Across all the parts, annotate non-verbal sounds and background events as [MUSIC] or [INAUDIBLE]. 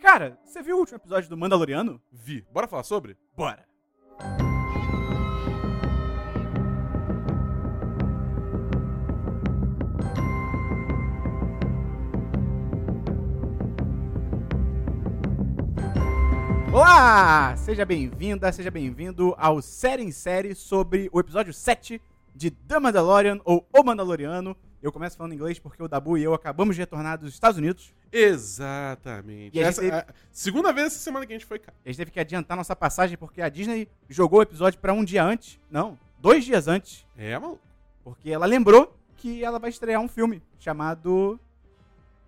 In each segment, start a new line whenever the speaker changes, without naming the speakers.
Cara, você viu o último episódio do Mandaloriano?
Vi. Bora falar sobre?
Bora! Olá! Seja bem-vinda, seja bem-vindo ao Série em Série sobre o episódio 7 de The Mandalorian ou O Mandaloriano. Eu começo falando inglês porque o Dabu e eu acabamos de retornar dos Estados Unidos.
Exatamente.
E a
Essa- é
gente-
a- segunda vez essa semana que a gente foi cá.
A gente teve que adiantar nossa passagem porque a Disney jogou o episódio pra um dia antes. Não, dois dias antes.
É, maluco.
Porque ela lembrou que ela vai estrear um filme chamado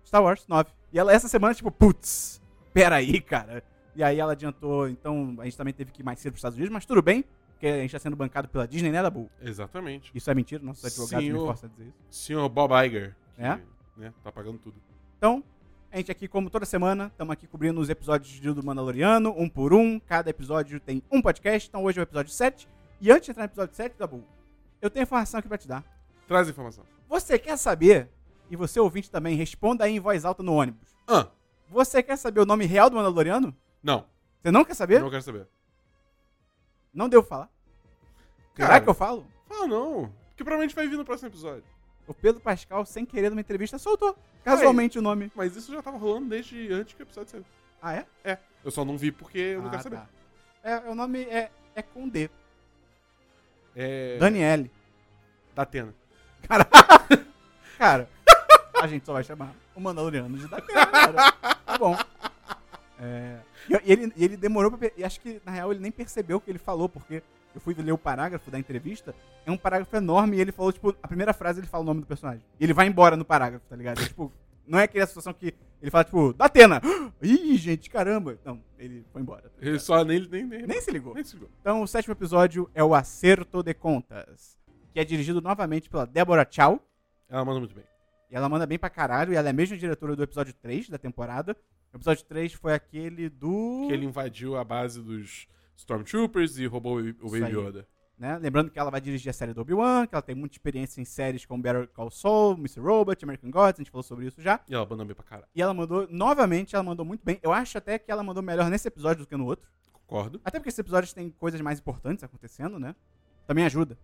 Star Wars 9. E ela essa semana, tipo, putz, peraí, cara. E aí ela adiantou, então a gente também teve que ir mais cedo pros Estados Unidos, mas tudo bem, porque a gente tá sendo bancado pela Disney, né, Dabu?
Exatamente.
Isso é mentira, nossos advogados me
Senhor.
forçam a dizer isso.
Senhor Bob Iger. que,
É?
né, tá pagando tudo.
Então, a gente aqui, como toda semana, estamos aqui cobrindo os episódios de do Mandaloriano, um por um. Cada episódio tem um podcast, então hoje é o episódio 7. E antes de entrar no episódio 7, Dabu, eu tenho informação aqui pra te dar.
Traz informação.
Você quer saber, e você ouvinte também, responda aí em voz alta no ônibus.
Ah,
Você quer saber o nome real do Mandaloriano?
não.
Você não quer saber? Não,
Não quero saber.
devo falar.
Cara,
Será que eu falo?
Fala não. Que provavelmente vai vir no próximo episódio.
O Pedro Pascal, sem querer, numa entrevista, soltou casualmente o nome.
Mas isso já tava rolando desde antes que o episódio saiu.
Ah, é?
É. Eu só não vi porque eu não
Ah,
quero saber.
tá. É, o nome é, é com D.
É.
Daniele.
Da Atena.
Cara, a gente só vai chamar o Mandaloriano de Datena, cara. Tá bom. É, e, e ele, e ele demorou pra. per- e Acho que, na real, ele nem percebeu o que ele falou, porque eu fui ler o parágrafo da entrevista. É um parágrafo enorme e ele falou, tipo, a primeira frase ele fala o nome do personagem. E ele vai embora no parágrafo, tá ligado? É, tipo, não é aquela situação que ele fala, tipo, Datena! [GASPS] Ih, gente, caramba! Não, ele foi embora.
Ele só nem. Nem, nem,
Nem se ligou.
É. nem se ligou.
Então, o sétimo episódio é o Acerto de Contas, que é dirigido novamente pela Débora Chow.
Ela manda muito bem.
E ela manda bem pra caralho, e ela é a mesma diretora do episódio 3 da temporada. O episódio 3 foi aquele do.
Que ele invadiu a base dos Stormtroopers e roubou o Baby- o
Isso aí.
Baby Yoda.
né? Lembrando que ela vai dirigir a série do Obi-Wan, que ela tem muita experiência em séries como Better Call Saul, Mr. Robot, American Gods, a gente falou sobre isso já.
E ela manda bem pra caralho.
E ela mandou, novamente, ela mandou muito bem. Eu acho até que ela mandou melhor nesse episódio do que no outro.
Concordo.
Até porque esses episódios têm coisas mais importantes acontecendo, né? Também ajuda.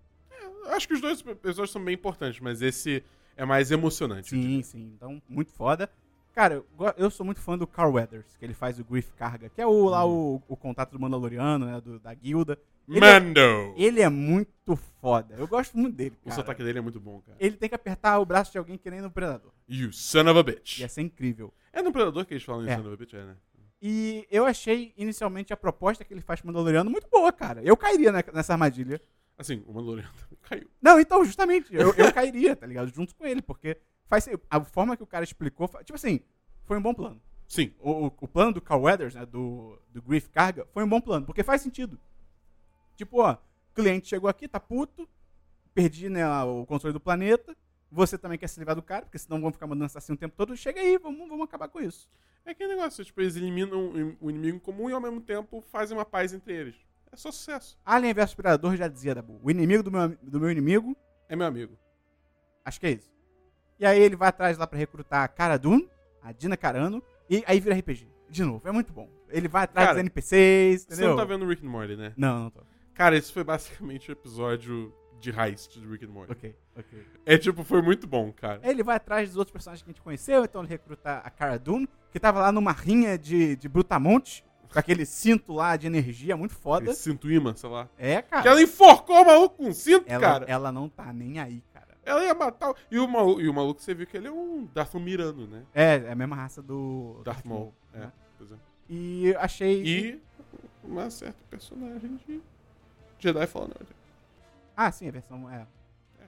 Acho que os dois episódios são bem importantes, mas esse é mais emocionante. eu
Sim,
diria.
sim. Então, muito foda. Cara, eu go- eu sou muito fã do Carl Weathers, que ele faz o Griff Carga, que é o, lá o, o contato do Mandaloriano, né? do- da guilda. Ele é-
Mando!
Ele é muito foda. Eu gosto muito dele.
O
cara.
sotaque dele é muito bom, cara.
Ele tem que apertar o braço de alguém que nem no Predador.
You son of a bitch.
Ia ser incrível.
É no Predador que eles falam
É.
You son of a bitch, é, né?
E eu achei inicialmente a proposta que ele faz pro Mandaloriano muito boa, cara. Eu cairia na- nessa armadilha.
Assim, o Mandaloriano também caiu.
Não, então, justamente, eu, eu cairia, tá ligado? Junto com ele, porque faz sen- a forma que o cara explicou, fa- tipo assim, foi um bom plano.
Sim,
O, o- o plano do Carl Weathers, né, do, do Griff Carga, foi um bom plano, porque faz sentido. Tipo, ó, o cliente chegou aqui, tá puto, perdi né, o controle do planeta, você também quer se livrar do cara, porque senão vão ficar mandando assassino o tempo todo, chega aí, vamos, vamos acabar com isso.
é aquele negócio, tipo, eles eliminam o inimigo em comum e ao mesmo tempo fazem uma paz entre eles. É só sucesso.
Alien vs Predador já dizia, Dabu, o inimigo do meu, am- do meu inimigo,
É meu amigo.
acho que é isso. E aí ele vai atrás lá pra recrutar a Cara Dune, a Dina Carano, e aí vira RPG. De novo, é muito bom. Ele vai atrás
Cara,
dos NPCs,
Você
entendeu?
não tá vendo Rick and Morty, né?
Não, não tô.
Cara, esse foi basicamente o episódio de heist de Rick and Morty.
Ok, ok. É
É tipo, foi muito bom, cara.
Aí ele vai atrás dos outros personagens que a gente conheceu, então ele recruta a Cara Dune, que tava lá numa rinha de, de Brutamonte, com aquele cinto lá de energia muito foda.
Esse cinto imã, sei lá.
É,
Que
cara.
ela enforcou o maluco com um cinto,
Ela,
cara.
ela não tá nem aí, cara.
Ela ia matar. o- E o, malu... e o maluco, você viu que ele é um Darth Mirano, né?
É, é a mesma raça do.
Darth Maul.
né?
É, pois é.
E eu achei.
E uma certa personagem de Jedi Fallen Order.
Ah, sim, a versão. É.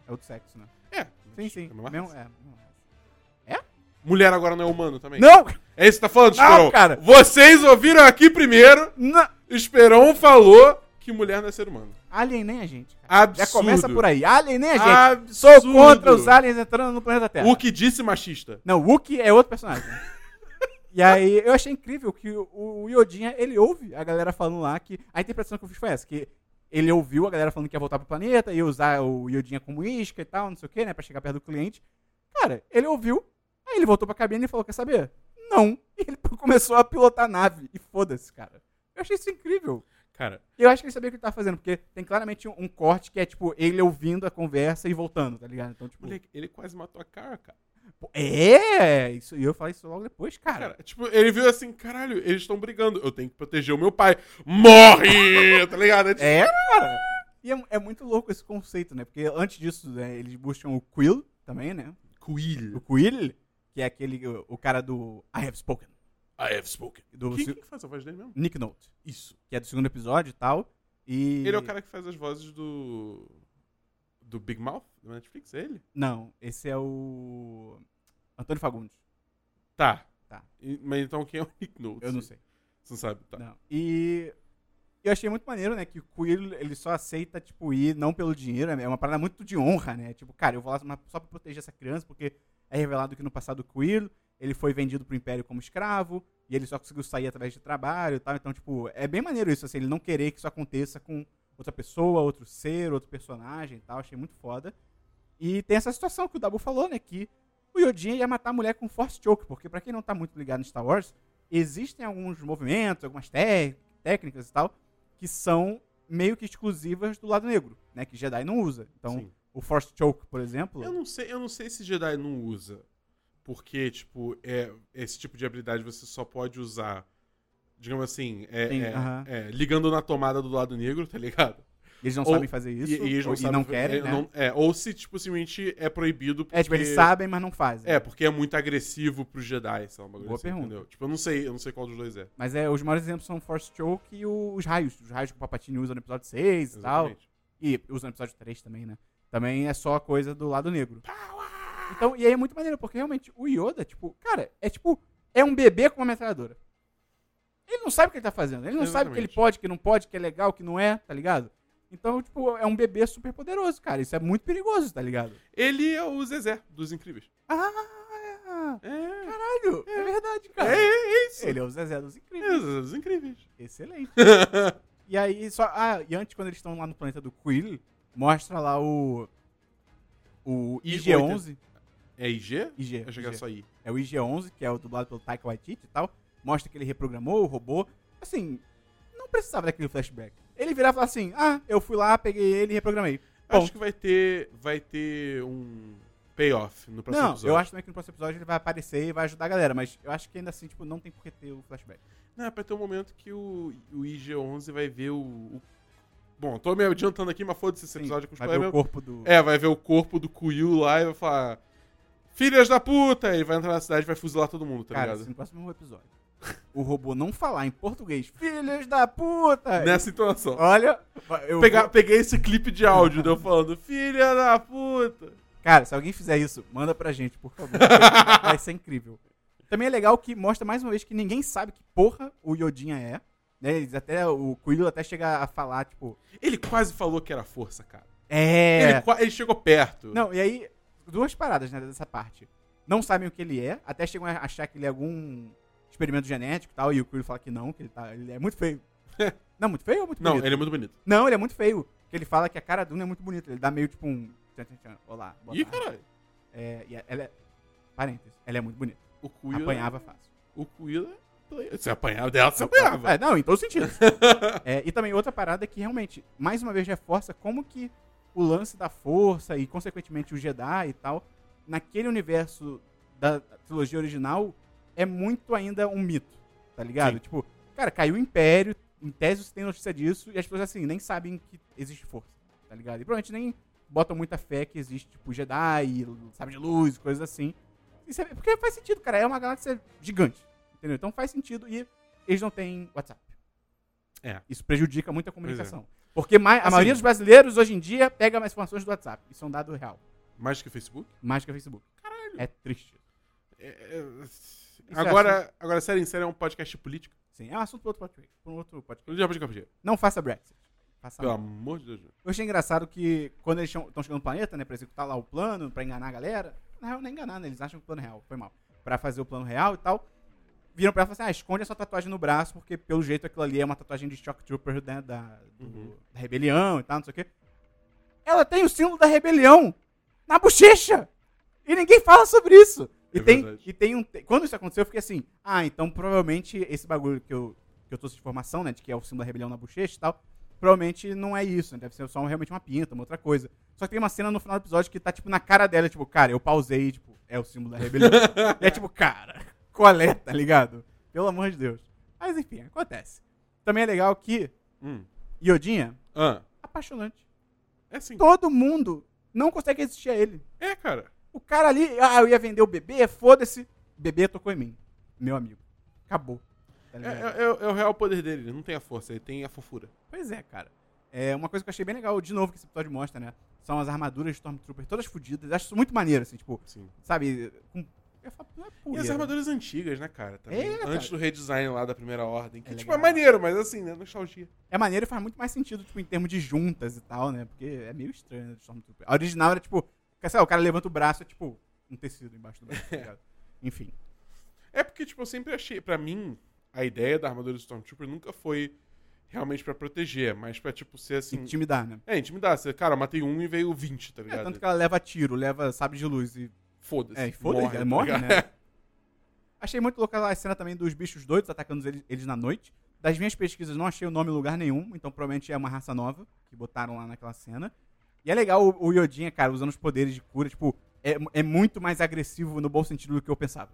É outro sexo, né?
É.
Sim, sim.
É a mesma
Mesmo-
raça.
é, mesma raça.
Mulher agora não é humano também.
Não!
É isso que tá falando,
Não,
Esperon?
cara.
Vocês ouviram aqui primeiro.
Não!
Esperon falou que mulher não é ser humano.
Alien nem a gente, cara.
Absurdo.
Já começa por aí. Alien nem a gente.
Absurdo.
Sou contra os aliens entrando no planeta Terra.
O que disse machista.
Não, Wookie é outro personagem. e aí, eu achei incrível que o, o Iodinha, ele ouve a galera falando lá que. A interpretação que eu fiz foi essa, que ele ouviu a galera falando que ia voltar pro planeta, ia usar o Iodinha como isca e tal, não sei o que, né? Pra chegar perto do cliente. Cara, ele ouviu. Aí Aí ele voltou pra cabine e falou: Quer saber? Não. E ele [LAUGHS] começou a pilotar a nave. E foda-se, cara. Eu achei isso incrível.
Cara,
E eu acho que ele sabia o que ele tava fazendo, porque tem claramente um, um corte que é, tipo, ele ouvindo a conversa e voltando, tá ligado? Então, tipo.
moleque, ele quase matou a cara, cara.
pô, É! Isso, e eu falei isso logo depois, cara.
Cara, tipo, ele viu assim, caralho, eles estão brigando. Eu tenho que proteger o meu pai. Morre! [LAUGHS] tá ligado? É tipo,
É, cara. E é, é muito louco esse conceito, né? Porque antes disso, né, eles buscam o Quill também, né?
Quill.
O Quill, que é aquele, o, o cara do I Have Spoken,
I have spoken.
do
Quem,
se-
quem faz a voz dele mesmo?
Nick Note. Isso. Que é do segundo episódio e tal. E...
Ele é o cara que faz as vozes do. Do Big Mouth? Do Netflix? É ele?
Não, esse é o. Antônio Fagundes.
Tá.
Tá.
E- mas então quem é o Nick Nolte?
Eu não sei.
Você não sabe? Tá.
Não. E eu achei muito maneiro, né? Que o Quill, ele só aceita, tipo, ir não pelo dinheiro. É uma parada muito de honra, né? Tipo, cara, eu vou lá mas só pra proteger essa criança, porque é revelado que no passado o Quill, ele foi vendido pro Império como escravo, e ele só conseguiu sair através de trabalho e tal. Então, tipo, é bem maneiro isso, assim, ele não querer que isso aconteça com outra pessoa, outro ser, outro personagem e tal. Achei muito foda. E tem essa situação que o Dabu falou, né? Que o Yodinha ia matar a mulher com Force Choke, porque pra quem não tá muito ligado no Star Wars, existem alguns movimentos, algumas tec- técnicas e tal, que são meio que exclusivas do lado negro, né? Que Jedi não usa. Então,
Sim.
o Force Choke, por exemplo.
Eu não sei, eu não sei se Jedi não usa. Porque, tipo, é, esse tipo de habilidade você só pode usar, digamos assim, é-
Sim,
é-
aham.
é, ligando na tomada do lado negro, tá ligado?
Eles não
Ou-
sabem fazer isso,
e, e eles não
ou- e
sabem-
não querem,
é,
né?
não- é, ou se, tipo, simplesmente é proibido porque...
É, tipo, eles sabem, mas não fazem.
É, porque é muito agressivo pro Jedi, sei lá, uma coisa
Boa
assim,
pergunta.
entendeu? Tipo, eu não sei, eu não sei qual dos dois é.
Mas é, os maiores exemplos são o Force Choke e o- os raios. Os raios que o Papatini usa no episódio 6 e tal.
Exatamente.
E usa no episódio 3 também, né? Também é só coisa do lado negro. Então, e aí é muito maneiro, porque realmente o Yoda, tipo, cara, é tipo, é um bebê com uma metralhadora. Ele não sabe o que ele tá fazendo, ele não sabe o que ele
Exatamente.
pode, o que não pode, o que é legal, o que não é, tá ligado? Então, tipo, é um bebê super poderoso, cara. Isso é muito perigoso, tá ligado?
Ele é o Zezé dos Incríveis.
Ah,
É, é,
caralho, é verdade, cara.
é isso.
Ele é o Zezé dos
É
Incríveis.
o Zezé dos Incríveis. [LAUGHS]
Excelente. E aí, só. Ah, e antes, quando eles estão lá no planeta do Quill, mostra lá o. O
E
IG-11.
é IG?
IG,
Eu achei que era
IG.
só I.
É o IG-11, que é o dublado pelo Taika Waititi e tal. Mostra que ele reprogramou o robô. Assim, não precisava daquele flashback. Ele virava e falava assim, ah, eu fui lá, peguei ele e reprogramei. Bom.
Acho que vai ter, vai ter um payoff no próximo
não,
episódio.
eu acho também que no próximo episódio ele vai aparecer e vai ajudar a galera. Mas eu acho que ainda assim, tipo, não tem por que ter o flashback.
Não, é pra ter um momento que o, o IG-11 vai ver o, o- Bom, tô me adiantando aqui, mas foda-se esse
Sim,
episódio com os
vai ver o
problemas.
corpo do...
É, vai ver o corpo do Kuyu lá e vai falar. Filhas da puta! E vai entrar na cidade e vai fuzilar todo mundo, tá
Cara,
ligado?
assim, no próximo episódio. o robô não falar em português, filhos da puta!
Nessa entonação.
Olha, eu
Pegar-
vou-
Peguei esse clipe de áudio, deu falando, filha da puta!
Cara, se alguém fizer isso, manda pra gente, por favor. [LAUGHS] porque Vai ser incrível. Também é legal que mostra mais uma vez que ninguém sabe que porra o Yodinha é. Né? Eles até, o Quill até chega a falar, tipo,
Ele quase falou que era força, cara. Ele,
é.
qua- ele chegou perto.
Não, e aí, duas paradas né, dessa parte. Não sabem o que ele é, até chegam a achar que ele é algum experimento genético e tal, e o Quill fala que não, que ele, tá, ele é muito
[LAUGHS]
feio. não, muito feio ou muito
Não,
bonito?
ele é muito bonito.
Não, ele é muito feio. Porque ele fala que a cara do é muito bonita. Ele dá meio tipo um. Tchan, tchan, tchan. Olá, boa
Ih,
tarde.
caralho.
É, e ela é. Parênteses. Ela é muito bonita.
O Kuyu.
Apanhava fácil.
O Kuyu. Se apanhava dela, você apanhava.
É, não, em todos os
[LAUGHS]
sentidos. É, e também outra parada que realmente, mais uma vez, reforça como que o lance da força e, consequentemente, o Jedi e tal, naquele universo da trilogia original, é muito ainda um mito, tá ligado?
Sim.
Tipo, cara, caiu o Império, em tese você tem notícia disso, e as pessoas, assim, nem sabem que existe força, tá ligado? E provavelmente nem botam muita fé que existe, tipo, Jedi, sabe de luz, coisas assim. Isso é, porque faz sentido, cara, é uma galáxia gigante, entendeu? Então faz sentido e eles não têm WhatsApp.
É.
Isso prejudica muito a comunicação. Porque mai- a maioria dos brasileiros hoje em dia pega mais informações do WhatsApp. Isso é um dado real.
Mais que o Facebook?
Mais que o Facebook. Caralho. É triste.
É, é, Agora, agora, sério, em sério, é um podcast político. Tá
Sim, é um assunto para outro podcast. pra um outro podcast.
Não já pode acabar.
Não faça Brexit. Faça
Pelo
não.
amor de Deus. gente.
Eu achei engraçado que quando eles estão chegando no planeta, né, pra executar lá o plano, pra enganar a galera, na real não é enganar, né, eles acham que o plano é real, foi mal. Pra fazer o plano real e tal, viram pra ela e falaram assim, ah, esconde essa tatuagem no braço, porque pelo jeito aquilo ali é uma tatuagem de Shock Trooper, né, da, do-
Uhum.
da rebelião e tal, não sei o quê. Ela tem o símbolo da rebelião na bochecha! E ninguém fala sobre isso! E,
É
tem,
verdade.
e tem um. te- Quando isso aconteceu, eu fiquei assim, ah, então provavelmente esse bagulho que eu, que eu trouxe de informação, né? De que é o símbolo da rebelião na bochecha e tal, provavelmente não é isso, né, deve ser só um- realmente uma pinta, uma outra coisa. Só que tem uma cena no final do episódio que tá, tipo, na cara dela, tipo, cara, eu pausei, tipo, é o símbolo da
[LAUGHS]
rebelião. e é tipo, cara, qual é, tá ligado? Pelo amor de Deus. Mas enfim, acontece. Também é legal que
Hum.
Iodinha,
Ah,
apaixonante.
é assim.
Todo mundo não consegue resistir a ele.
É, cara.
O cara ali, ah, eu ia vender o bebê, foda-se. Bebê tocou em mim. Meu amigo. Acabou. Tá
É,
ligado?
é- é o- é o real poder dele. Ele não tem a força, ele tem a fofura.
Pois é, cara. É uma coisa que eu achei bem legal, de novo, que esse episódio mostra, né? São as armaduras de Stormtrooper todas fodidas. Acho isso muito maneiro, assim, tipo,
Sim.
sabe? Com... Eu falo, não é
E
poeira.
as armaduras antigas, né, cara? Também.
É, cara.
Antes do redesign lá da primeira ordem. Que,
É
tipo, é
legal.
maneiro, mas assim, né? Nostalgia.
É maneiro e faz muito mais sentido, tipo, em termos de juntas e tal, né? Porque é meio estranho, né, do Stormtrooper. A original era, tipo, sei lá, o cara levanta o braço, é, tipo, um tecido embaixo do
[LAUGHS]
braço, tá ligado? Enfim.
É porque, tipo, eu sempre achei. Pra mim, a ideia da armadura do Stormtrooper nunca foi realmente pra proteger, mas pra, tipo, ser assim.
Intimidar, né?
É, intimidar. Você, cara, eu matei um e veio 20, tá
É,
ligado?
tanto que ela leva tiro, leva sabre de luz e
Foda-se.
É, e foda-se,
tá
ela morre,
ligado?
né?
[LAUGHS]
Achei muito louca a cena também dos bichos doidos atacando eles, eles na noite. Das minhas pesquisas, não achei o nome em lugar nenhum, então provavelmente é uma raça nova que botaram lá naquela cena. E é legal o, o Yodinha, cara, usando os poderes de cura, tipo, é, é muito mais agressivo no bom sentido do que eu pensava.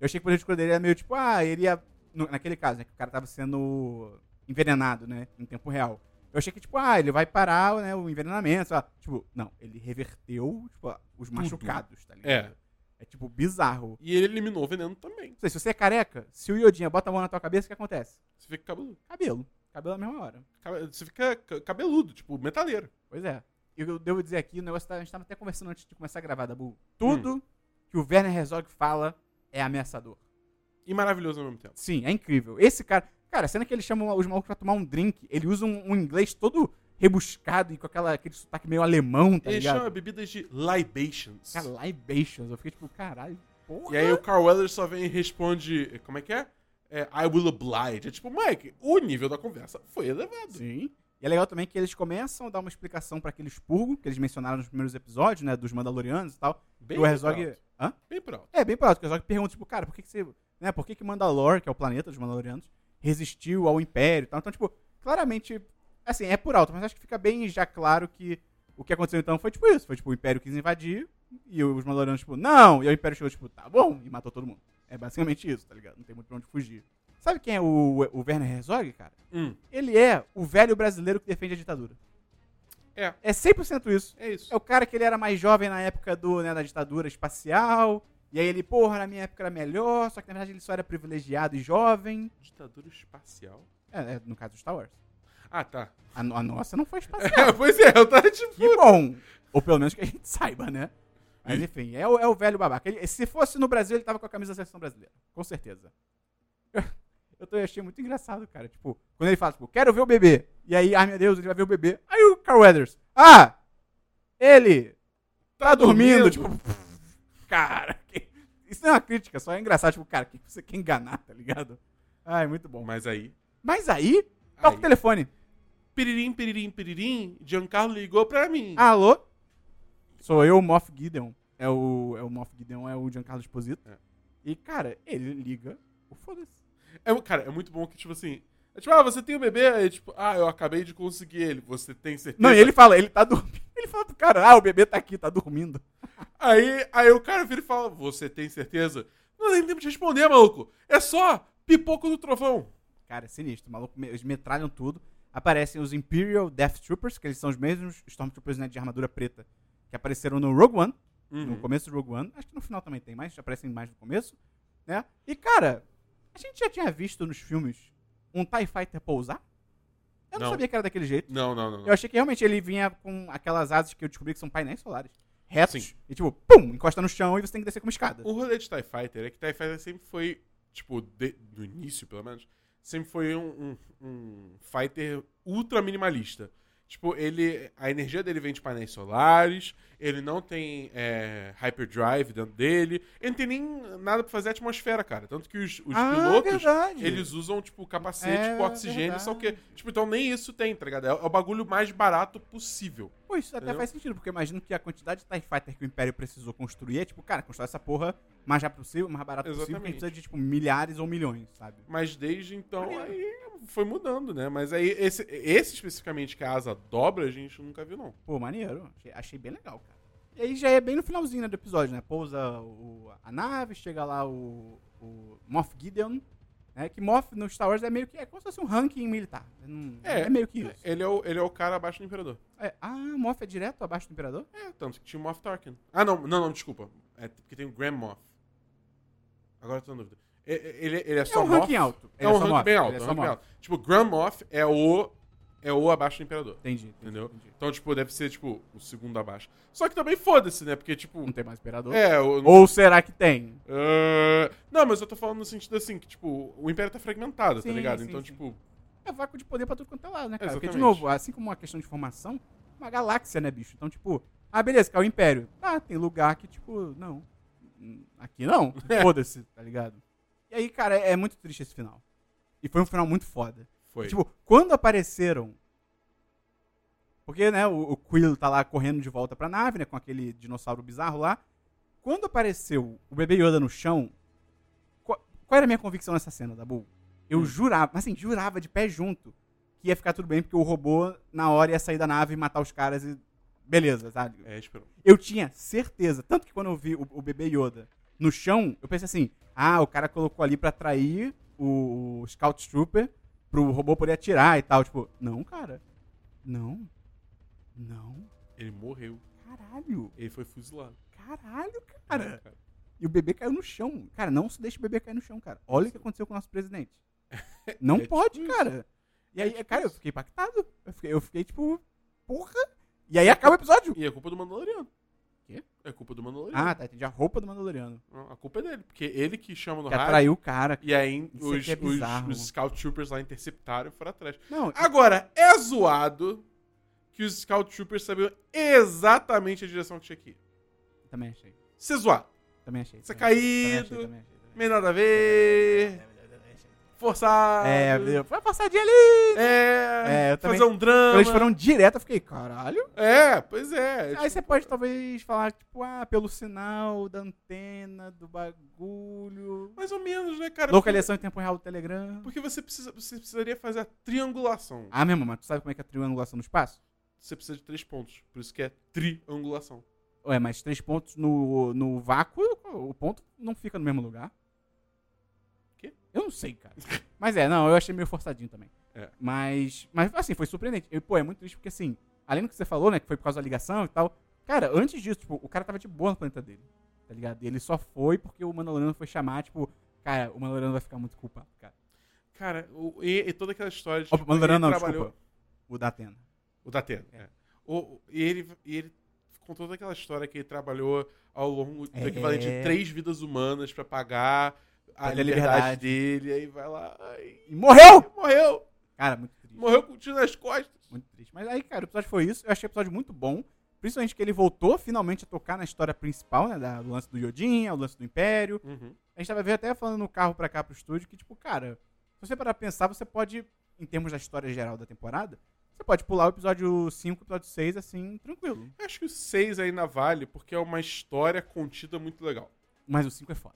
Eu achei que o poder de cura dele era meio tipo, ah, ele ia. no- naquele caso, né? Que o cara tava sendo envenenado, né? Em tempo real. Eu achei que, tipo, ah, ele vai parar né, o envenenamento. sei lá. Tipo, não, ele reverteu tipo, os machucados, tá ligado?
É.
É tipo bizarro.
E ele eliminou o veneno também.
Não sei, se você é careca, se o Iodinha bota a mão na tua cabeça, o que acontece?
Você fica cabeludo.
Cabelo. Cabelo na mesma hora.
Cabe- Você fica ca- cabeludo, tipo, metaleiro.
Pois é. E eu devo dizer aqui, o negócio tá, a gente tava até conversando antes de começar a gravar, Dabu. Tudo
Hum.
que o Werner Herzog fala é ameaçador.
E maravilhoso ao mesmo tempo.
Sim, é incrível. Esse cara. Cara, a cena que ele chama os malucos pra tomar um drink, ele usa um, um inglês todo rebuscado e com aquela, aquele sotaque meio alemão, tá
ele
ligado?
chama bebidas de libations.
Cara, libations. Eu fiquei tipo, caralho, porra.
E aí o Carl Weathers só vem e responde, como é que é? É, I will oblige. É tipo, Mike, o nível da conversa foi elevado.
Sim. E é legal também que eles começam a dar uma explicação pra aquele expurgo que eles mencionaram nos primeiros episódios, né? Dos Mandalorianos e tal.
Bem
e o Herzog.
pronto.
Hã?
Bem pronto.
É, bem prático. O Herzog pergunta, tipo, cara, por que, que você. Né, por que, que Mandalore, que é o planeta dos Mandalorianos, resistiu ao Império e tal? Então, tipo, claramente. Assim, é por alto, mas acho que fica bem já claro que o que aconteceu então foi tipo isso. Foi tipo, o Império quis invadir e os Mandalorianos, tipo, não! E aí o Império chegou, tipo, tá bom, e matou todo mundo. É basicamente isso, tá ligado? Não tem muito pra onde fugir. Sabe quem é o, o Werner Herzog, cara?
Hum,
ele é o velho brasileiro que defende a ditadura.
É.
É 100% isso.
é isso.
É o cara que ele era mais jovem na época do, né, da ditadura espacial. E aí ele, porra, na minha época era melhor, só que na verdade ele só era privilegiado e jovem.
Ditadura espacial.
É, é, no caso do Star Wars.
Ah, tá. [LAUGHS]
A, no- a nossa não foi espacial.
É, pois é, eu tava tipo...
Que bom! Ou pelo menos que a gente [LAUGHS] saiba, né? Mas enfim, é o, é o velho babaca. Ele- se fosse no Brasil, ele tava com a camisa da seleção brasileira. Com certeza. Eu, eu tô- eu achei muito engraçado, cara. Tipo, quando ele fala, tipo, quero ver o bebê. E aí, ai meu Deus, ele vai ver o bebê. Aí o Carl Weathers, ah! Ele tá dormindo. Tipo, cara, [LAUGHS] que- isso não é uma crítica, só é engraçado. Tipo, cara, quem você quer enganar, tá ligado? Ai, muito bom.
Mas aí...
Mas aí, toca
Aí.
o telefone.
Tá Piririm, piririm, piririm, Giancarlo ligou pra mim.
Alô? Sou eu, o Moff Gideon. É o, é o Moff Gideon, é o Giancarlo Esposito.
É.
E, cara, ele liga. o Foda-se.
É, mu- cara, é muito bom que, tipo assim. É tipo, ah, você tem o bebê? Aí, tipo, ah, eu acabei de conseguir ele. Você tem certeza?
Não, e ele fala, ele tá dormindo. [LAUGHS] Ele fala pro cara, ah, o bebê tá aqui, tá dormindo.
Aí, aí o cara vira e fala: Você tem certeza? Não tem tempo de responder, maluco. É só pipoco do trovão.
Cara, é sinistro. Maluco, me- eles metralham tudo. Aparecem os Imperial Death Troopers, que eles são os mesmos Stormtroopers né, de armadura preta que apareceram no Rogue One. no
Uhum.
começo do Rogue One. Acho que no final também tem mais, já aparecem mais no começo, né? E, cara, a gente já tinha visto nos filmes um TIE Fighter pousar? Eu não,
Não.
sabia que era daquele jeito.
Não, não, não. não.
Eu achei que realmente ele vinha com aquelas asas que eu descobri que são painéis solares. Retos.
Sim.
E tipo, pum, encosta no chão e você tem que descer com uma escada.
O rolê de TIE Fighter é que TIE Fighter sempre foi, tipo, de- no início pelo menos, sempre foi um, um- um fighter ultra minimalista. Tipo, ele. A energia dele vem de painéis solares, ele não tem é, hyperdrive dentro dele, ele não tem nem nada pra fazer a atmosfera, cara. Tanto que os, os
Ah,
pilotos,
verdade.
eles usam, tipo, capacete
É
com oxigênio,
verdade.
só que. Tipo, então nem isso tem, tá ligado? É o é o bagulho mais barato possível.
Pô, isso até
Entendeu?
faz sentido, porque eu imagino que a quantidade de TIE Fighter que o Império precisou construir é tipo, cara, constrói essa porra o mais rápido possível, o mais barato possível, porque a gente
Exatamente.
precisa de, tipo, milhares ou milhões, sabe?
Mas desde então,
Maneiro.
aí foi mudando, né? Mas aí, esse, esse especificamente que a asa dobra, a gente nunca viu, não.
Pô, maneiro. Achei, achei bem legal, cara. E aí já é bem no finalzinho né, do episódio, né? Pousa o- a nave, chega lá o, o Moff Gideon, né? Que Moff no Star Wars é meio que... É como se fosse um ranking militar. Não- é,
É.
meio que isso.
Ele é o, ele é o cara abaixo do imperador.
É, ah, Moff é direto abaixo do Imperador?
É, tanto que tinha o Moff Tarkin. Ah, não, não, não, desculpa. É porque tem o Grand Moff. Agora eu tô na dúvida. E- e- Ele, ele é
É
só
um
Moff.
ranking alto.
É
Ele
um
só
ranking
Moff,
bem
ele
alto,
é
é um
só
ranking bem
Moff.
alto. Tipo, Grand Moff é o, é o abaixo do Imperador.
Entendi, entendi,
Entendeu?
entendi.
Então, tipo, deve ser, tipo, o segundo abaixo. Só que também foda-se, né? Porque, tipo...
Não tem mais Imperador?
É, o,
Ou será que tem?
Ah, não, mas eu tô falando no sentido assim, que, tipo, o Império tá fragmentado,
Sim,
tá ligado?
sim,
então,
sim.
tipo,
É vácuo de poder pra tudo quanto é lado, né, cara? Porque, de
Exatamente.
novo, assim como uma questão de formação, uma galáxia, né, bicho? Então, tipo, ah, beleza, caiu o Império. Ah, tem lugar que, tipo, não. Hum, Aqui
[LAUGHS]
não.
É.
Foda-se, tá ligado? E aí, cara, é, é muito triste esse final. E foi um final muito foda.
foi.
Tipo, quando apareceram. Porque, né, o, o Quill tá lá correndo de volta pra nave, né, com aquele dinossauro bizarro lá. Quando apareceu o bebê Yoda no chão, qual, qual era a minha convicção nessa cena, Dabu? Eu
Hum.
jurava, mas assim, jurava de pé junto que ia ficar tudo bem, porque o robô, na hora, ia sair da nave e matar os caras e. Beleza, sabe?
É, esperou.
Eu tinha certeza. Tanto que quando eu vi o, o bebê Yoda no chão, eu pensei assim: ah, o cara colocou ali pra atrair o, o Scout Trooper pro robô poder atirar e tal. Tipo, não, cara. Não. Não.
Ele morreu.
Caralho.
Ele foi fuzilado. Né,
Caralho, cara. E o bebê caiu no chão. Cara, não se deixa o bebê cair no chão, cara. Olha o que aconteceu com o nosso
[LAUGHS]
presidente. Não
É tipo
pode,
isso.
cara. E aí,
É tipo
cara, eu
isso.
fiquei impactado. Eu fiquei, eu fiquei tipo, porra. E aí acaba o episódio.
E é culpa do Mandaloriano.
Quê?
É culpa do Mandaloriano.
Ah, tá. Entendi a roupa do Mandaloriano.
Não, A culpa é dele, porque ele que chama no
Que
rádio.
atraiu o cara,
E aí
Isso
os,
aqui é
os-
bizarro.
os Scout Troopers lá interceptaram e foram atrás.
Não,
Agora, é zoado que os Scout Troopers sabiam exatamente a direção que tinha que ir.
eu também achei.
Isso é zoado.
Também achei.
Isso é
também achei,
caído,
também achei, também achei,
meio nada a
também
ver,
achei, também achei.
forçado.
É, deu- foi uma passadinha ali.
É,
É, eu também-
fazer um drama.
Eles foram direto, eu fiquei, caralho.
É, pois é.
Aí você pode talvez falar, tipo, ah, pelo sinal da antena, do bagulho.
Mais ou menos, né, cara?
Localização em tempo real do Telegram.
Porque você, precisa, você precisaria fazer a triangulação.
Ah, meu irmão, mas tu sabe como é que é a triangulação no espaço?
Você precisa de três pontos. Por isso que é triangulação.
Ué, É, mas três pontos no, no vácuo, o ponto não fica no mesmo lugar.
Quê?
Eu não sei, cara. [LAUGHS] mas é, não, eu achei meio forçadinho também.
É.
Mas, mas, assim, foi surpreendente. E, pô, é muito triste porque, assim, além do que você falou, né, que foi por causa da ligação e tal. Cara, antes disso, tipo, o cara tava de boa no planeta dele, tá ligado? E ele só foi porque o Mandaloriano foi chamar, tipo, cara, o Mandaloriano vai ficar muito culpado, cara.
Cara, o- e, e toda aquela história de.
Ó, o
tipo,
Mandaloriano não,
ele trabalhou-
desculpa. O da Atena.
O da Atena.
É.
é. O- e, ele, e ele contou toda aquela história que ele trabalhou ao longo do
É.
equivalente de três vidas humanas pra pagar a
Pra ter
liberdade,
liberdade.
dele. Aí vai lá. Ai,
E morreu!
morreu!
Cara, muito triste.
Morreu com um tiro nas costas.
Muito triste. Mas aí, cara, o episódio foi isso. Eu achei o episódio muito bom. Principalmente que ele voltou finalmente a tocar na história principal, né? Da, do lance do Yodinha, o lance do Império.
Uhum.
A gente tava vendo até falando no carro pra cá pro estúdio que, tipo, cara, se você parar pra pensar, você pode, em termos da história geral da temporada, você pode pular o episódio 5, o episódio 6, assim, tranquilo.
Acho que o 6 ainda vale, porque é uma história contida muito legal.
Mas o 5 é foda.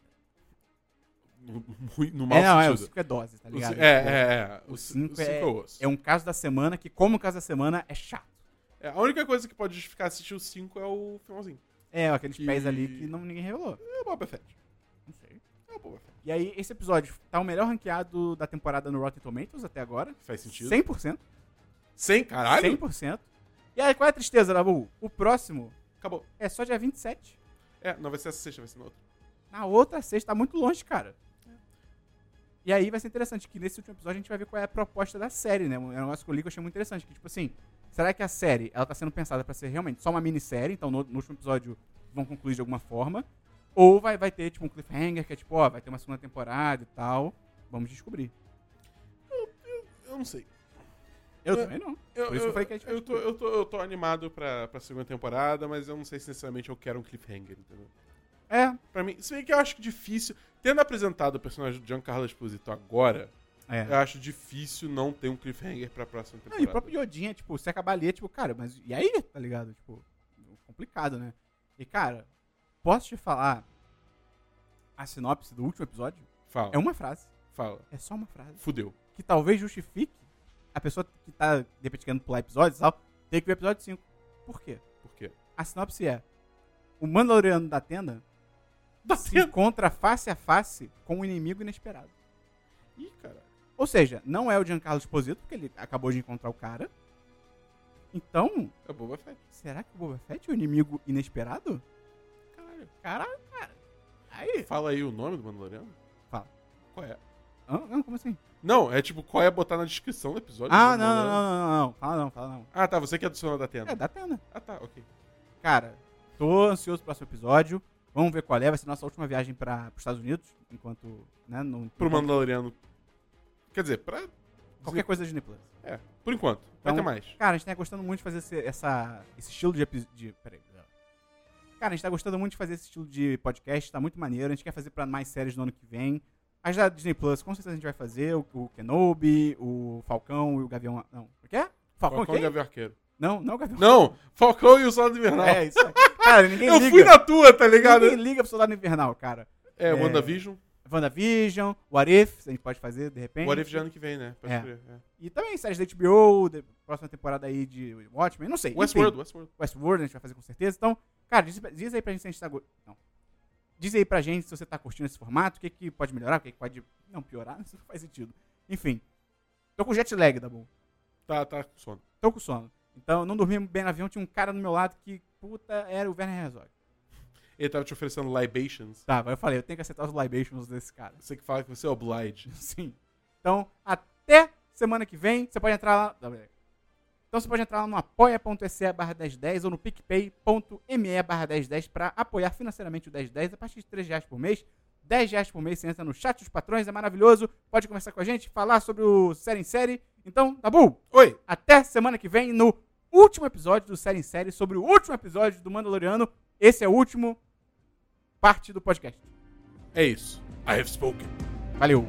No, mui- no mau
É, não, é, o
sentido.
5 é dose, tá
O ci-
ligado?
é,
Tipo,
é, é. O, ci- o
cinco
cinco
é-
é osso.
é um caso da semana que, como caso da semana, é chato.
É, a única coisa que pode justificar assistir o 5 é o finalzinho.
É, aqueles
Que-
pés ali que não, ninguém revelou.
É o Boba Fett.
Não sei.
É o Boba Fett.
E aí, esse episódio tá o melhor ranqueado da temporada no Rotten Tomatoes até agora.
Faz sentido. 100?
100%.
Caralho?
100%. E aí, qual é a tristeza, Dabu? O próximo
Acabou.
é só dia 27.
É, não vai ser essa sexta, vai ser na outra.
Na outra sexta, tá muito longe, cara. E aí vai ser interessante que nesse último episódio a gente vai ver qual é a proposta da série, né? É um negócio que eu li que eu achei muito interessante. Que, tipo assim, será que a série, ela tá sendo pensada pra ser realmente só uma minissérie? Então, no, no último episódio vão concluir de alguma forma. Ou vai, vai ter, tipo, um cliffhanger que é tipo, ó, vai ter uma segunda temporada e tal. Vamos descobrir.
Eu não sei.
Eu também não.
Eu,
Por isso que eu falei que a gente vai
eu tô, eu tô, eu tô animado pra, pra segunda temporada, mas eu não sei se necessariamente eu quero um cliffhanger, entendeu?
É,
Pra mim, se bem que eu acho difícil. Tendo apresentado o personagem do Giancarlo Esposito agora,
é.
eu acho difícil não ter um cliffhanger pra próxima
Não,
temporada.
e o próprio Yodinha, tipo, se acabar ali, é tipo, cara, mas e aí? Tá ligado? Tipo, complicado, né? E, cara, posso te falar a sinopse do último episódio?
Fala,
É uma frase.
fala.
É só uma frase.
Fudeu.
Que talvez justifique a pessoa que tá, de repente, querendo pular episódios e tal, ter que ver o episódio 5. Por quê?
Por quê?
A sinopse é: o Mandaloriano da Tenda
Dá
se
tempo.
encontra face a face com um inimigo inesperado.
Ih, caralho.
Ou seja, não é o Giancarlo Esposito, porque ele acabou de encontrar o cara. Então,
É o Boba Fett.
Será que o Boba Fett é um inimigo inesperado?
Caralho.
Caralho, cara. Aí.
Fala aí o nome do Mandaloriano.
É. Fala.
Qual é?
Hã? Não, como assim?
Não, é tipo, qual é botar na descrição do episódio?
Ah,
do
não, não,
Mandaloriano.
não, não, não, não. Fala não, fala não.
Ah, tá, você que é do Sonora da Tenda.
É, dá pena.
Ah, tá, ok.
Cara, tô ansioso pro próximo episódio. Vamos ver qual é. Vai ser nossa última viagem para os Estados Unidos. Enquanto, né, não...
Pro Mandaloriano. Quer dizer, pra.
Qualquer coisa da Disney Plus.
É, por enquanto. Vai
Então-
ter mais.
Cara, a gente tá gostando muito de fazer esse, essa, esse estilo de, epi- de. Peraí. Cara, a gente tá gostando muito de fazer esse estilo de podcast, tá muito maneiro. A gente quer fazer pra mais séries no ano que vem. As da Disney Plus, com certeza a gente vai fazer. O, o Kenobi, o Falcão e o Gavião. Não, o quê? Falcão,
Falcão
Falcão
e Gavião Arqueiro.
Não, não o Gavião.
Não, Falcão e o Soldado Invernal.
É, isso aí. Cara, ninguém
[LAUGHS] eu
liga.
fui na tua, tá ligado?
Ninguém liga pro Soldado Invernal, cara.
É,
É.
WandaVision.
WandaVision, What If, a gente pode fazer de repente.
What If já ano que vem, né? Pode
É.
crer, é.
E também séries da HBO, de- próxima temporada aí de Watchmen, não sei. enfim.
Westworld, Westworld.
Westworld, a gente vai fazer com certeza. Então, cara, diz, diz aí pra gente se a gente tá. go- Não. Diz aí pra gente se você tá curtindo esse formato, o que, que pode melhorar, o que, que pode. Não, piorar, [LAUGHS] isso não faz sentido. Enfim. Tô com jet lag, tá bom?
Tá, tá com sono.
Tô com sono. Então, não dormi bem no avião, tinha um cara do meu lado que, puta, era o Werner Herzog.
Ele tava te oferecendo libations.
Tá, mas eu falei, eu tenho que aceitar os libations desse cara.
Você que fala que você é oblige.
[LAUGHS] Sim. Então, até semana que vem, você pode entrar lá. não, peraí. Então você pode entrar lá no apoia.se barra 1010 ou no picpay.me barra 1010 para apoiar financeiramente o 1010 a partir de 3 reais por mês. 10 reais por mês, você entra no chat dos patrões, é maravilhoso. Pode conversar com a gente, falar sobre o Série em Série. Então, tá bom?
Oi!
Até semana que vem no último episódio do Série em Série, sobre o último episódio do Mandaloriano. Esse é o último parte do podcast.
É isso. I have spoken.
Valeu!